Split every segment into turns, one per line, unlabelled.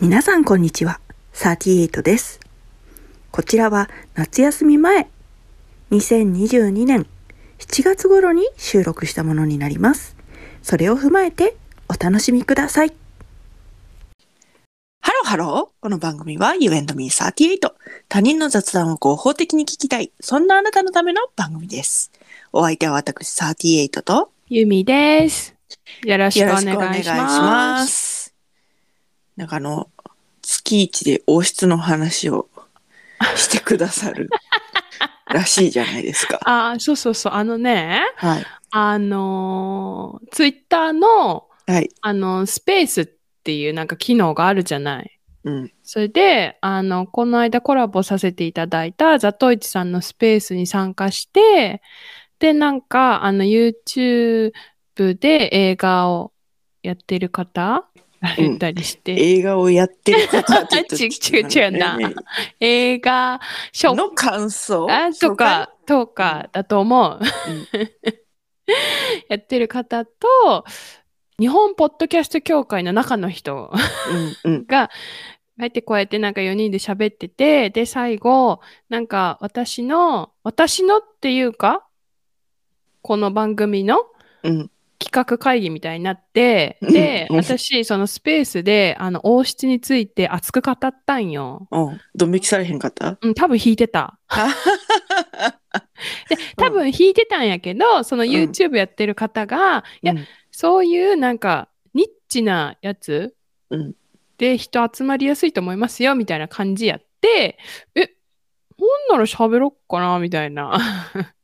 皆さんこんにちは。38です。こちらは夏休み前、2022年7月頃に収録したものになります。それを踏まえてお楽しみください。ハローハロー。この番組は You and me38。他人の雑談を合法的に聞きたい。そんなあなたのための番組です。お相手は私38と
ゆみです。よろしくお願いします。
なんかあの、月一で王室の話をしてくださるらしいじゃないです か。
ああ、そうそうそう。あのね、
はい、
あの、ツイッターの、
はい、
あの、スペースっていうなんか機能があるじゃない。
うん、
それで、あの、この間コラボさせていただいたザトイチさんのスペースに参加して、で、なんか、あの、YouTube で映画をやってる方言ったりして、うん、
映画をやってることは
ちょっと 違う違うな、ね、映画
賞の感想
あとかとかだと思う、うん、 やってる方と日本ポッドキャスト協会の中の人
うん、
が入ってこうやってなんか4人で喋っててで最後なんか私の私のっていうかこの番組の、
うん
企画会議みたいになって、 で、うん、私、そのスペースで、あの、王室について熱く語ったんよ。
うん。ドン引きされへんかった
うん、多 分引いてた。で、多分引いてたんやけど、その YouTube やってる方が、うん、いや、そういうなんか、ニッチなやつ、
うん、
で人集まりやすいと思いますよ、みたいな感じやって、え、ほんなら喋ろっかな、みたいな。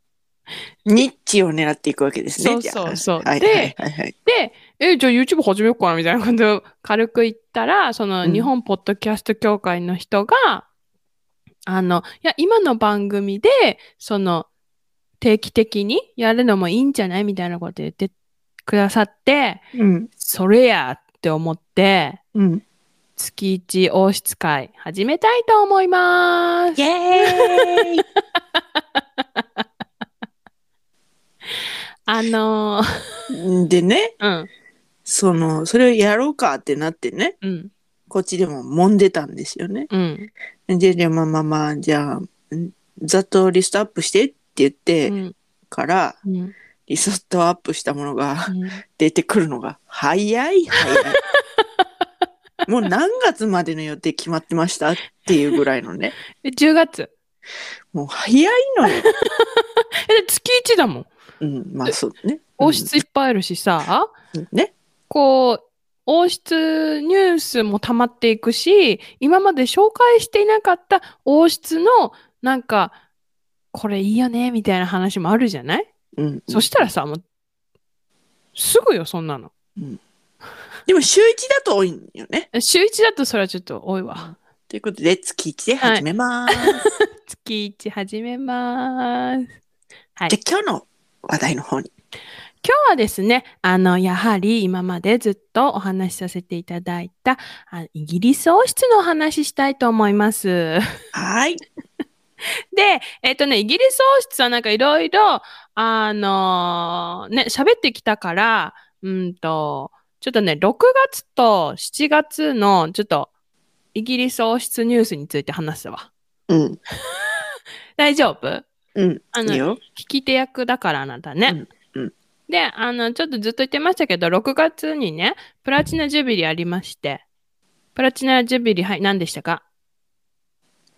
ニッチを狙っていくわけですね。
そうそうそう。
はい、
で、
はいはい、
で、え、じゃあ YouTube 始めようかなみたいなことを 軽く言ったら、その日本ポッドキャスト協会の人が、うん、あの、いや、今の番組で、その、定期的にやるのもいいんじゃないみたいなこと言ってくださって、
うん、
それやって思って、
うん、
月一王室会始めたいと思います。
イエーイ
あの
ー、でね、
うん、
そのそれをやろうかってなってね、
うん、
こっちでも揉んでたんですよね。
うん、
でじゃあまあまあまあじゃあざっとリストアップしてって言ってから、
うん、
リストアップしたものが、 出てくるのが早い早 い。もう何月までの予定決まってましたっていうぐらいのね。
10月。
もう早いのよ。
月1だもん。
うん、まあそう ね。
王室いっぱいあるしさ、
うん、ね。
こう、王室ニュースも溜まっていくし、今まで紹介していなかった王室の、なんか、これいいよね、みたいな話もあるじゃない、
うん、うん、
そしたらさ、もう、すぐよ、そんなの。
うん、でも、週1だと多いんよね。
週1だとそれはちょっと多いわ。
ということで、月1で始めます。はい、
月1始めます。
はい。じゃ今日の話題の方に。
今日はですね、あの、やはり今までずっとお話しさせていただいた、あイギリス王室のお話ししたいと思います。
はい。
で、えっ、ー、とね、イギリス王室はなんかいろいろ、あのー、ね、喋ってきたから、うんと、ちょっとね、6月と7月の、ちょっと、イギリス王室ニュースについて話すわ。
うん。
大丈夫
うん、
あの聞き手役だからあなたね。
うんうん、
であのちょっとずっと言ってましたけど6月にねプラチナジュビリーありましてプラチナジュビリーはい何でしたか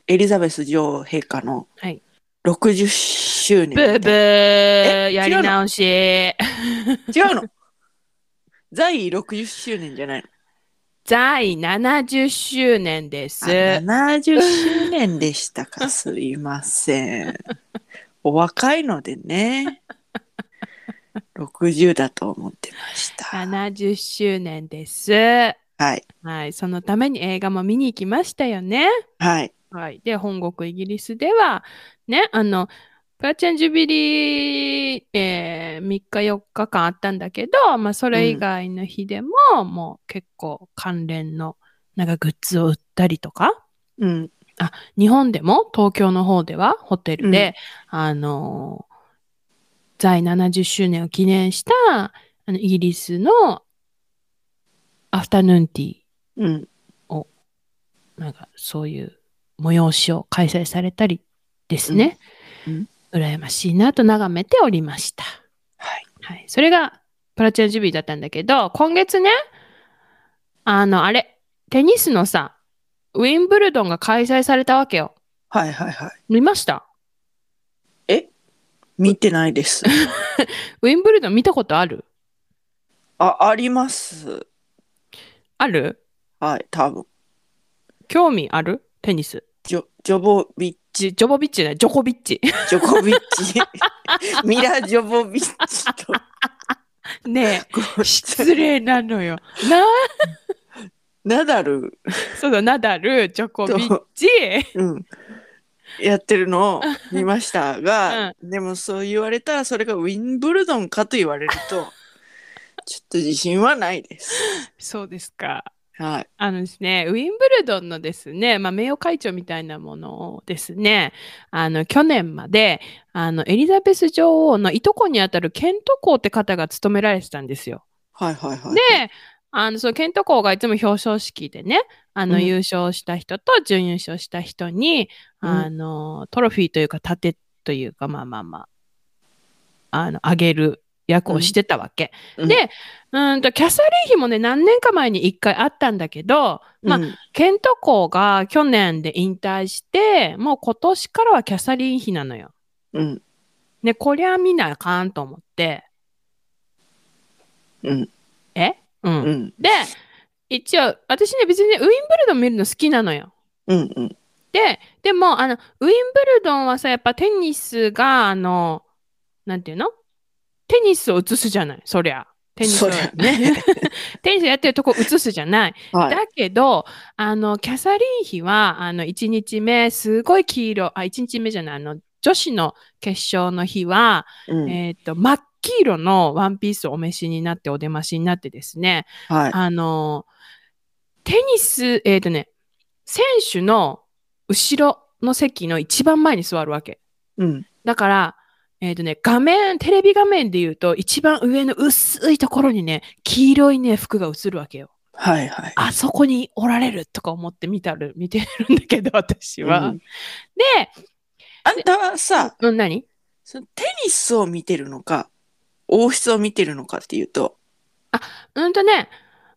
エリザベス女王陛下の60周年、
はい、ブーブーやり直し違
うの在位60周年じゃない の
在位70周年です。
70周年でしたか、 すいません。お若いのでね。60だと思ってました。
70周年です。
はい。
はい。そのために映画も見に行きましたよね。
はい。
はい。で、本国イギリスでは、ね、あの、プラチナジュビリー、えー、3日4日間あったんだけど、まあ、それ以外の日でも、うん、もう結構関連のなんかグッズを売ったりとか、
うん、
あ日本でも東京の方ではホテルで、うん、あの在70周年を記念したあのイギリスのアフタヌーンティ
ー
をなんかそういう催しを開催されたりですね。
うんうん
羨ましいなと眺めておりました。
はい。
はい。それがプラチナジュビリーだったんだけど、今月ね、あの、あれ、テニスのさ、ウィンブルドンが開催されたわけよ。
はいはいはい。
見ました
見てないです。
ウィンブルドン見たことある
あ、あります。
ある
はい、多分。
興味あるテニス。
ジョ、ジョボビッ
ジジョボビッチね、ジョコビッ
チ、
チ。
ジョコビッチ、 ミラ・ジョボビッチと、
ね
こ
え、 失礼なのよ。な
うナダル、
そうだ、ナダル、ジョコビッチ。
うん、やってるのを見ましたが、
う
でもそう言われたらそれがウィンブルドンかと言われると、 ちょっと自信はないです。
そうですか。
はい。
あのですね、ウィンブルドンのですね、まあ、名誉会長みたいなものをですね、あの、去年まで、あの、エリザベス女王のいとこにあたるケント公って方が務められてたんですよ。
はいはいはい。
で、あの、そのケント公がいつも表彰式でね、あ
う
の、
ん
優勝した人と準優勝した人に、
うん
あの、トロフィーというか、盾というか、まあまあまあ、あの、あげる役をしてたわけ。
うん
で、うーんと、キャサリン妃もね、何年か前に一回あったんだけど、まあ、
うん
ケント公が去年で引退して、もう今年からはキャサリン妃なのよ。
うん、
ね、こりゃ見なあかんと思って。
うん、
えうん。
うん、
で、一応、私ね、別にね、ウィンブルドン見るの好きなのよ。
うん、うん、
で、でも、あの、ウィンブルドンはさ、やっぱテニスが、あの、なんていうのテニスを映すじゃない、そりゃ。テニス
そ
を
うだね。
テニスやってるとこ映すじゃない。
はい。
だけど、あの、キャサリン妃は、あの、1日目、すごい黄色、あ、1日目じゃない、あの、女子の決勝の日は、
うん、
えっ、と、真っ黄色のワンピースをお召しになって、お出ましになってですね、
はい。
あの、テニス、えっ、とね、選手の後ろの席の一番前に座るわけ。
うん、
だから、えっ、とね、画面、テレビ画面で言うと、一番上の薄いところにね、黄色いね、服が映るわけよ。
はいはい。
あそこにおられるとか思って見たる、見てるんだけど、私は。
うん
で、
あんたはさ、
うん、何
そのテニスを見てるのか、王室を見てるのかっていうと、
うんとね、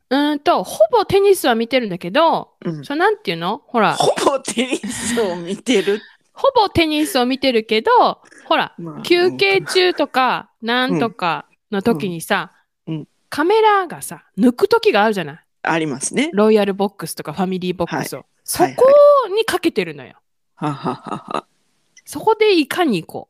うんと、ほぼテニスは見てるんだけど、
うん
そうなんていうのほら、
ほぼテニスを見てる。
ほぼテニスを見てるけど、ほら、
まあ
休憩中とか、なんとかの時にさ、
うんうん
カメラがさ、抜く時があるじゃない。
ありますね。
ロイヤルボックスとかファミリーボックスを。そ
はい
こにかけてるのよ。
はははは。
そこでいかにこ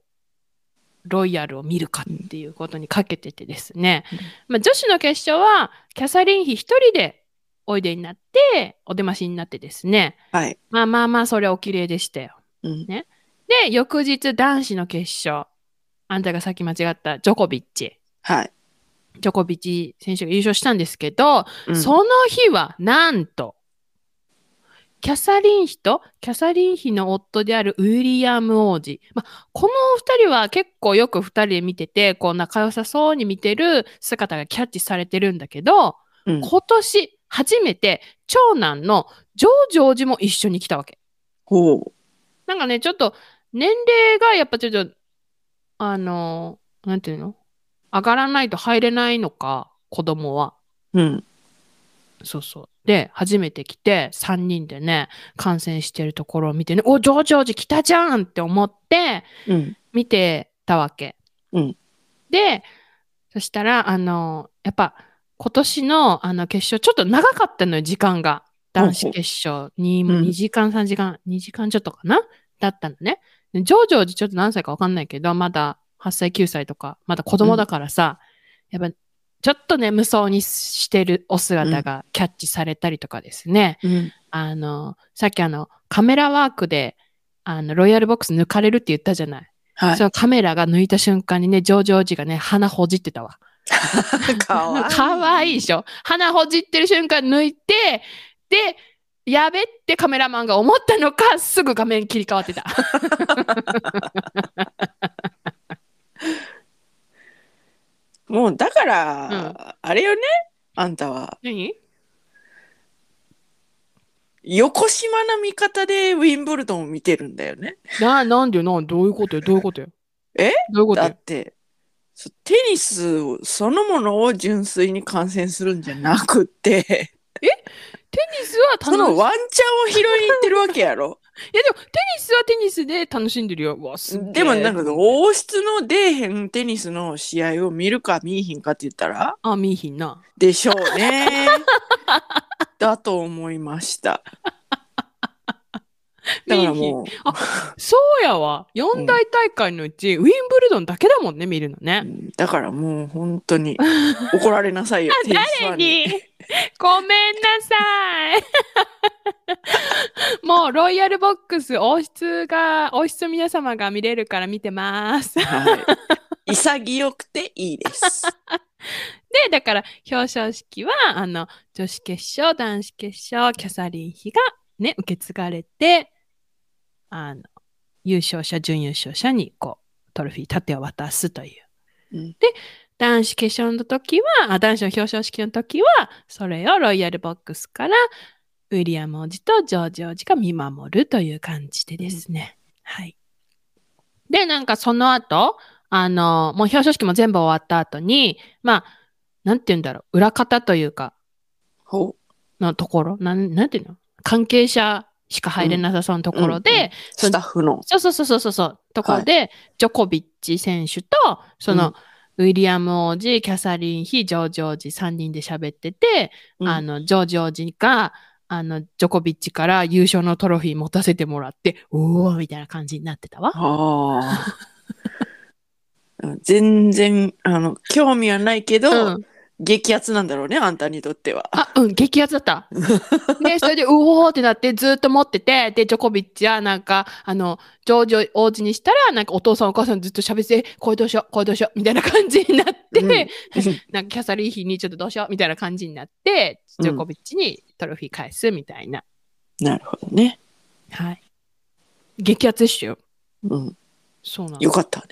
う、ロイヤルを見るかっていうことにかけててですね。まあ、女子の決勝は、キャサリン妃一人でおいでになって、お出ましになってですね。
はい。
まあまあまあ、それはお綺麗でしたよ。
うん。
で、翌日男子の決勝。あんたがさっき間違ったジョコビッチ。
はい。
ジョコビッチ選手が優勝したんですけど、
うん
その日は、なんと、キャサリン妃とキャサリン妃の夫であるウィリアム王子。まあ、このお二人は結構よく二人で見てて、こう仲良さそうに見てる姿がキャッチされてるんだけど、
うん
今年初めて長男のジョージ王子も一緒に来たわけ。
ほう。
なんかね、ちょっと年齢がやっぱちょっと、あのーなんていうの上がらないと入れないのか、子供は。
うん。
そうそう。で、初めて来て、3人でね、観戦してるところを見てね、お、ジョージ王子来たじゃんって思って、
うん。
見てたわけ。
うん
で、そしたら、あの、やっぱ、今年のあの決勝、ちょっと長かったのよ、時間が。男子決勝に、
ほううん
2時間、3時間、2時間ちょっとかなだったのね。でジョージ王子ちょっと何歳かわかんないけど、まだ8歳、9歳とか、まだ子供だからさ、やっぱ、ちょっとね、無双にしてるお姿がキャッチされたりとかですね。
うん。
あの、さっきあの、カメラワークで、あの、ロイヤルボックス抜かれるって言ったじゃない。
は
そのカメラが抜いた瞬間にね、ジョージ王子がね、鼻ほじって たわ。
い。かわいい。
かわいいで
し。
しょ鼻ほじってる瞬間抜いて、で、やべってカメラマンが思ったのか、すぐ画面切り替 わってた。
もうだから、
うん
あれよね。あんたは
何
横島な見方でウィンブルドンを見てるんだよね。
な、なんでよなん、どういうことよ、どういうことよ。
え
どういうこと
だ
よ
っ。て、そテニスをそのものを純粋に観戦するんじゃなくって、
テニスは楽
そ
しい。いや、で
の
も、
ワンチャンを拾いに行ってるわけやろ。
テニスはテニスで楽しんでるよ。うわ、すっげえ
でもなんか、王室の出えへんテニスの試合を見るか見いひんかって言ったら、
あ、見えひんな。
でしょう ね。だと思いました。だから
見えひん
もう、
そうやわ。四大大会のうち、ウィンブルドンだけだもんね、見るの
う
ね。
んだからもう本当に怒られな さいよ。テニスファンに
にごめんなさい。もう、ロイヤルボックス、王室が、王室皆様が見れるから見てます。
はい。潔くていい です。
で、だから表彰式は、あの、女子決勝、男子決勝、キャサリン妃がね、受け継がれて、あの、優勝者、準優勝者に、こう、トロフィー、盾を渡すという。
うん
で、男子決勝の時は、あ男子の表彰式の時は、それをロイヤルボックスから、ウィリアム王子とジョージ王子が見守るという感じでですね。はい。で、なんかその後、あの、もう表彰式も全部終わった後に、まあ、なんて言うんだろう、裏方というか、
ほ
のところ、なん、なんていうの関係者しか入れなさそうなところで、
うんうんうんスタッフの。
そうそうそうそうそうそう、ところで、ジョコビッチ選手と、その、ウィリアム王子、キャサリン妃、ジョージ王子3人で喋ってて、あの、ジョージ王子が、あの、ジョコビッチから優勝のトロフィー持たせてもらって、おーみたいな感じになってたわ。
あ あ。全然、あの、興味はないけど、
うん。
激アツなんだろうね、あんたにとって は。
あ、うん、激アツ だった。で、それで、うおーってなって、ずーっと持ってて、で、ジョコビッチは、なんか、あの、ジョージ王子にしたら、なんか、お父さんお母さんずっと喋って、これどうしよう、これどうしよう、みたいな感じになって、
うん
なんか、キャサリン妃にちょっとどうしよう、みたいな感じになって、
うん
ジョコビッチにトロフィー返す、みたいな。
なるほどね。
はい。激アツっしょ。
うん。
そうなんで
よ
す。
かったね。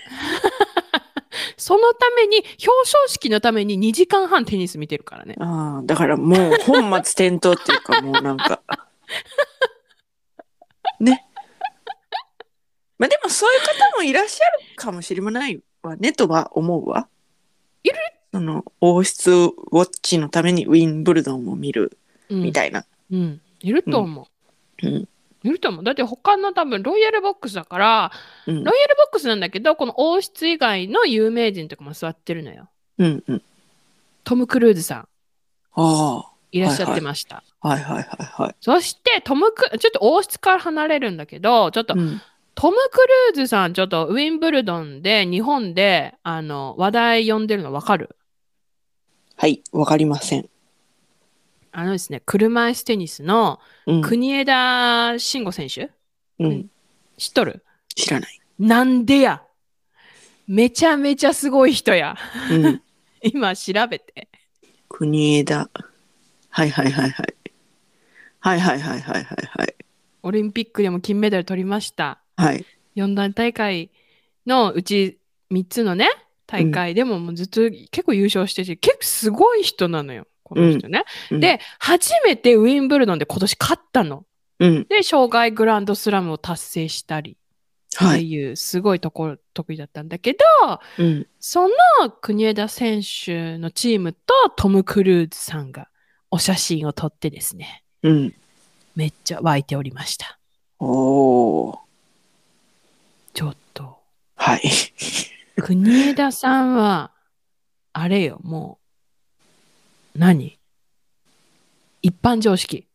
そのために、表彰式のために2時間半テニス見てるからね。
ああ、だからもう本末転倒っていうか、もうなんか。 ね。まあでもそういう方もいらっしゃるかもしれないわねとは思うわ。
いる
その王室ウォッチのためにウィンブルドンを見る
うん
みたいな。
うん、いると思う。
うん
いると思う。だって他の多分ロイヤルボックスだから、
うん
ロイヤルボックスなんだけど、この王室以外の有名人とかも座ってるのよ。
うんうん。
トム・クルーズさん、
あ
いらっしゃってました。
あ、はいはいはいはい。
そして、トムク、ちょっと王室から離れるんだけど、ちょっと、
うん
トム・クルーズさん、ちょっとウィンブルドンで、日本で、あの、話題呼んでるのわかる
はい、わかりません。
あのですね、車椅子テニスの
うん。
国枝慎吾選手、
うん、
知っとる
知らない。
なんでやめちゃめちゃすごい人や。
うん。
今調べて。
国枝。はいはいはいはい。はいはいはいはいはいはい。
オリンピックでも金メダル取りました。
はい。
四大大会のうち3つのね、大会でももうずっと結構優勝してて、結構すごい人なのよ、この人ね。
うん
で、初めてウィンブルドンで今年勝ったの。
うん。
で、生涯グランドスラムを達成したりっ
は
て
い。
いう、すごいところ得意だったんだけど、
うん。
その国枝選手のチームとトム・クルーズさんがお写真を撮ってですね、
うん。
めっちゃ湧いておりました。
おー。
ちょっと、
はい。
国枝さんは、あれよ、もう、何一般常識。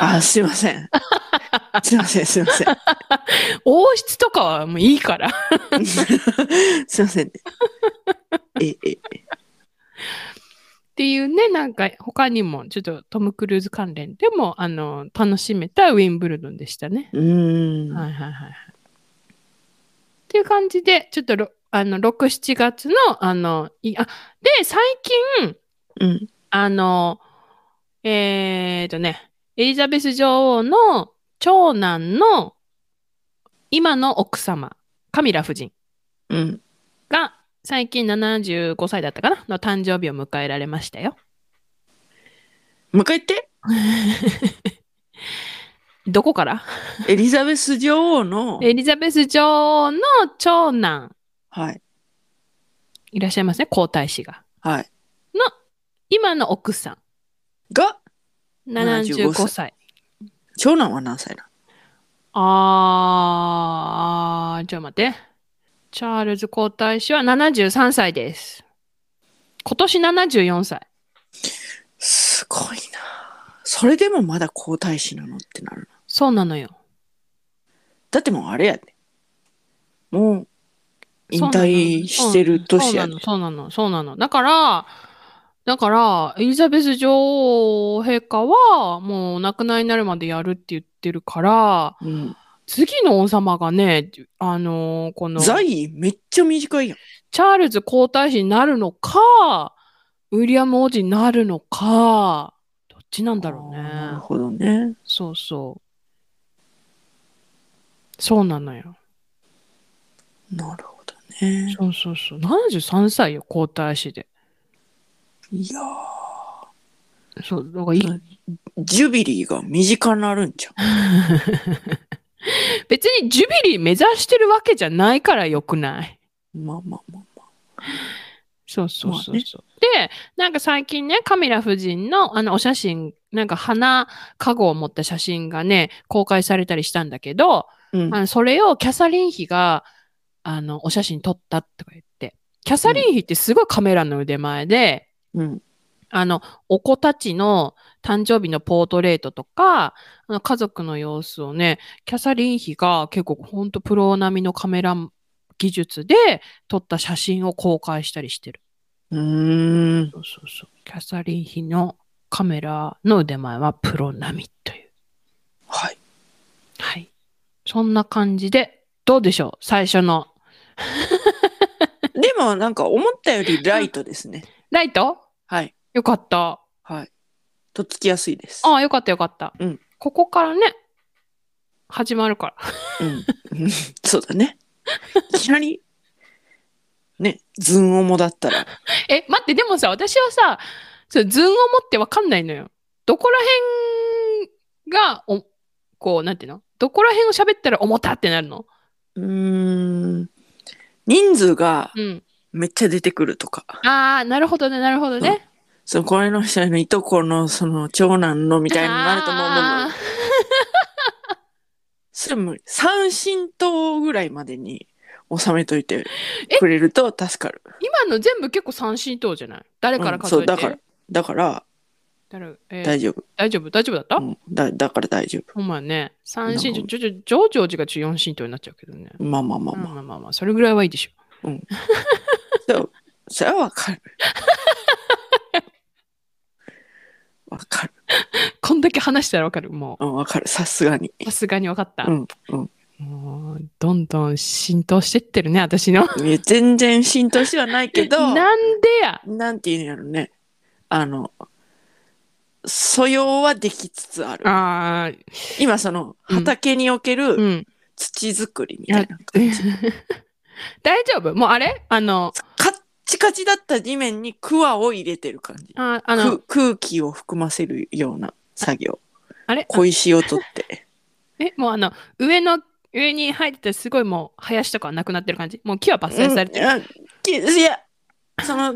あ、すいません。 すいません、すいません。
王室とかはもういいから。
すいませんね。え、え、
っていうね、なんか他にも、ちょっとトム・クルーズ関連でも、あの、楽しめたウィンブルドンでしたね。
うーん。
はい
は
はいはいはい。っていう感じで、ちょっとろあの、6、7月の、あの、いあ、で、最近、
うん。
あの、えーとね、エリザベス女王の長男の今の奥様、カミラ夫人
うん。
が最近75歳だったかなの誕生日を迎えられましたよ。
迎えて
どこから
エリザベス女王の、
エリザベス女王の長男、
はい、
いらっしゃいますね、皇太子が。
はい、
今の奥さ
が、
ん、75
75
歳。
長男は何歳な
あー、ちょっと待って。チャールズ皇太子は73歳です。今年74歳。
のすごいなそれでもまだ皇太子なのってなるな。
そうなのよ。
だってもうあれやで。もう、引
そうなの
退してる年や
うん
で。
そうなの、そうなの、そうなの。だから、だから、エリザベス女王陛下は、もうお亡くなりになるまでやるって言ってるから、
うん。
次の王様がね、あのーこの、チ
在位めっちゃ短いやん。
ャールズ皇太子になるのか、ウィリアム王子になるのか、どっちなんだろう
あーなる
ね。
ほどね。
そうそう。そうなのよ。
なるほどね。
そうそうそう。73歳よ、皇太子で。
いやー
そう、だからい
うんジュビリーが身近になるんじゃん。
別にジュビリー目指してるわけじゃないからよくない
まあまあまあまあ。
そうそうそ
ま
う
あね
そう。で、なんか最近ね、カミラ夫人のあのお写真、なんか花かごを持った写真がね、公開されたりしたんだけど、
うん
あのそれをキャサリン妃が、あの、お写真撮ったとか言って。キャサリン妃ってすごいカメラの腕前で、
うん。
あの、お子たちの誕生日のポートレートとか、あの家族の様子をね、キャサリン妃が結構ほんとプロ並みのカメラ技術で撮った写真を公開したりしてる。
うーん。
そうそうそう。キャサリン妃のカメラの腕前はプロ並みという。
はい。
はい。そんな感じで、どうでしょう最初の。
でもなんか思ったよりライトですね。
ライト
はい。
よかった。
はい。とっつきやすいです。
ああ、よかったよかった。
うん
ここからね、始まるから。
うん。 そうだね。いきなり、ね、ズンオモだったら。
え、待って、でもさ、私はさ、そうズンを持ってわかんないのよ。どこら辺が、お、こう、なんていうのどこら辺を喋ったら重たってなるの
うーん。人数が
うん。
めっちゃ出てくるとか。
ああ、なるほどね、なるほどね。
そのこれの人のいとこのその長男のみたいになると思う。
あ
も
ー
うそれもう三親等ぐらいまでに収めといてくれると助かる。
今の全部結構三振等じゃない誰から数えて、
うんそうだからだから
誰えー
大丈夫。
大丈夫大丈夫だった、
うん、だだから大丈
ほんまやね。三振
なん
等、ちょ、ちょ、ジョージ王子が14振等になっちゃうけどね。
夫。まあまあまあ
ま
まあ。
あまあまあまあ、それぐらいはいいでしょ。
そうそれはわかる。 わかる。
こんだけ話したらわかる、も
うん、わかる。さすがに。
う。さすがにわかった。
うん、うん。
もう、どんどん浸透してってるね、私の。
いや全然浸透してはないけど、
なんでや
なんていうんやろね。あの、素養はできつつある。
ああ、
今その
うん
畑における
うん。
土作りみたいな感じ。
大丈夫もうあれあの、
カッチカチだった地面にクワを入れてる感じ。
ああの、
く空気を含ませるような作業。
あれ
小石を取 って。
え、もうあの、上の、上に入っててすごいもう林とかはなくなってる感じもう木は伐採されてる。
うんあきいや、その、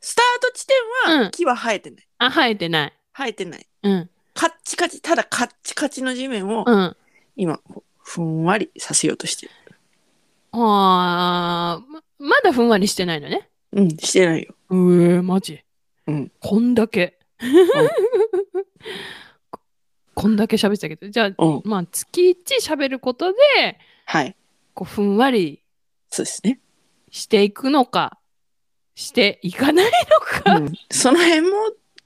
スタート地点
う
は
ん
木は生えてない。
あ、生えてない。
生えてない。
うん。
カッチカチ、ただカッチカチの地面を
うん。
今、こうふんわりさせようとしてる。
あーま、まだふんわりしてないのね。
うん、してないよ。
うえー、マジ。
うん。
こんだけ。 ここんだけ喋ってたけど。じゃあ、
うん。
まあ、月一喋ることで、
はい。
こう、ふんわり
そうですね。
していくのか、していかないの
う
か。
ん。 その辺も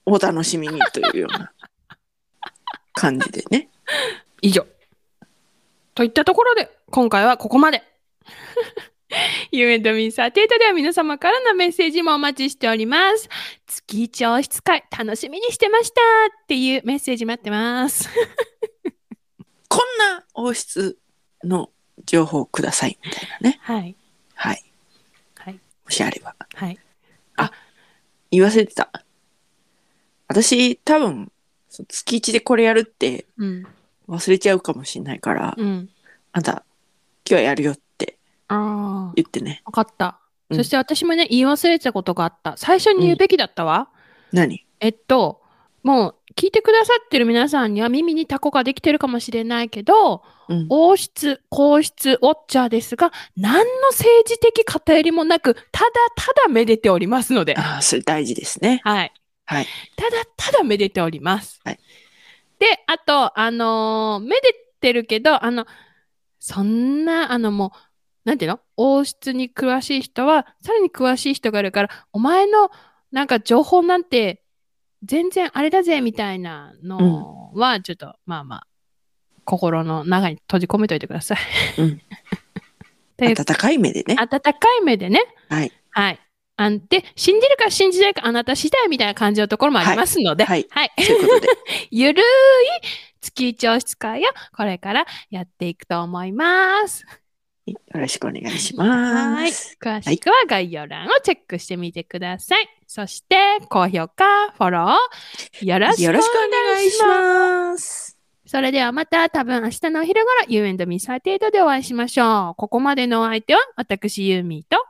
お楽しみにというような感じでね。
以上。といったところで、今回はここま で。You and me サテータでは皆様からのメッセージもお待ちしております。月一王室会楽しみにしてましたっていうメッセージ待ってます。
こんな王室の情報をくださいみたいなね。
はい。
はい。
はい。
もしあれば。
はい。
言わせてた。私、多分、その月一でこれやるって
うん。
忘れちゃうかもしれないから、
うん。
あんた、今日はやるよって
ああ、
言ってね。
わかった。
うん
そして私もね、言い忘れてたことがあった。最初に言うべきだったわ。
何
えっと、もう、聞いてくださってる皆さんには耳にタコができてるかもしれないけど、
うん。
王室、皇室、ウォッチャーですが、何の政治的偏りもなく、ただただめでておりますので。
ああ、それ大事ですね。
はい。
はい。
ただただめでております。
はい。
で、あと、あのーめでてるけど、あの、そんな、あのもう、なんていうの王室に詳しい人は、さらに詳しい人がいるから、お前の、なんか情報なんて、全然あれだぜ、みたいなのは、ちょっと、まあまあ、心の中に閉じ込めといてください。
うん。
という
温かい目でね。
温かい目でね。
はい。
はい。あんで、信じるか信じないかあなた次第みたいな感じのところもありますので、
はい
はい。
ということで。
ゆるい月一教室会をこれからやっていくと思います。
よろしくお願いします。
詳しくは概要欄をチェックしてみてください。そして、高評価、フォロー、よろしくお
よ
願
ろしくお願
い
い
し
し
ます。
ます。
それではまた多分明日のお昼頃、You and Me38 でお会いしましょう。ここまでのお相手は私ユーミーと、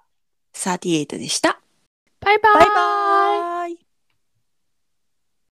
38でした。
バイバ
バイバ
ーイ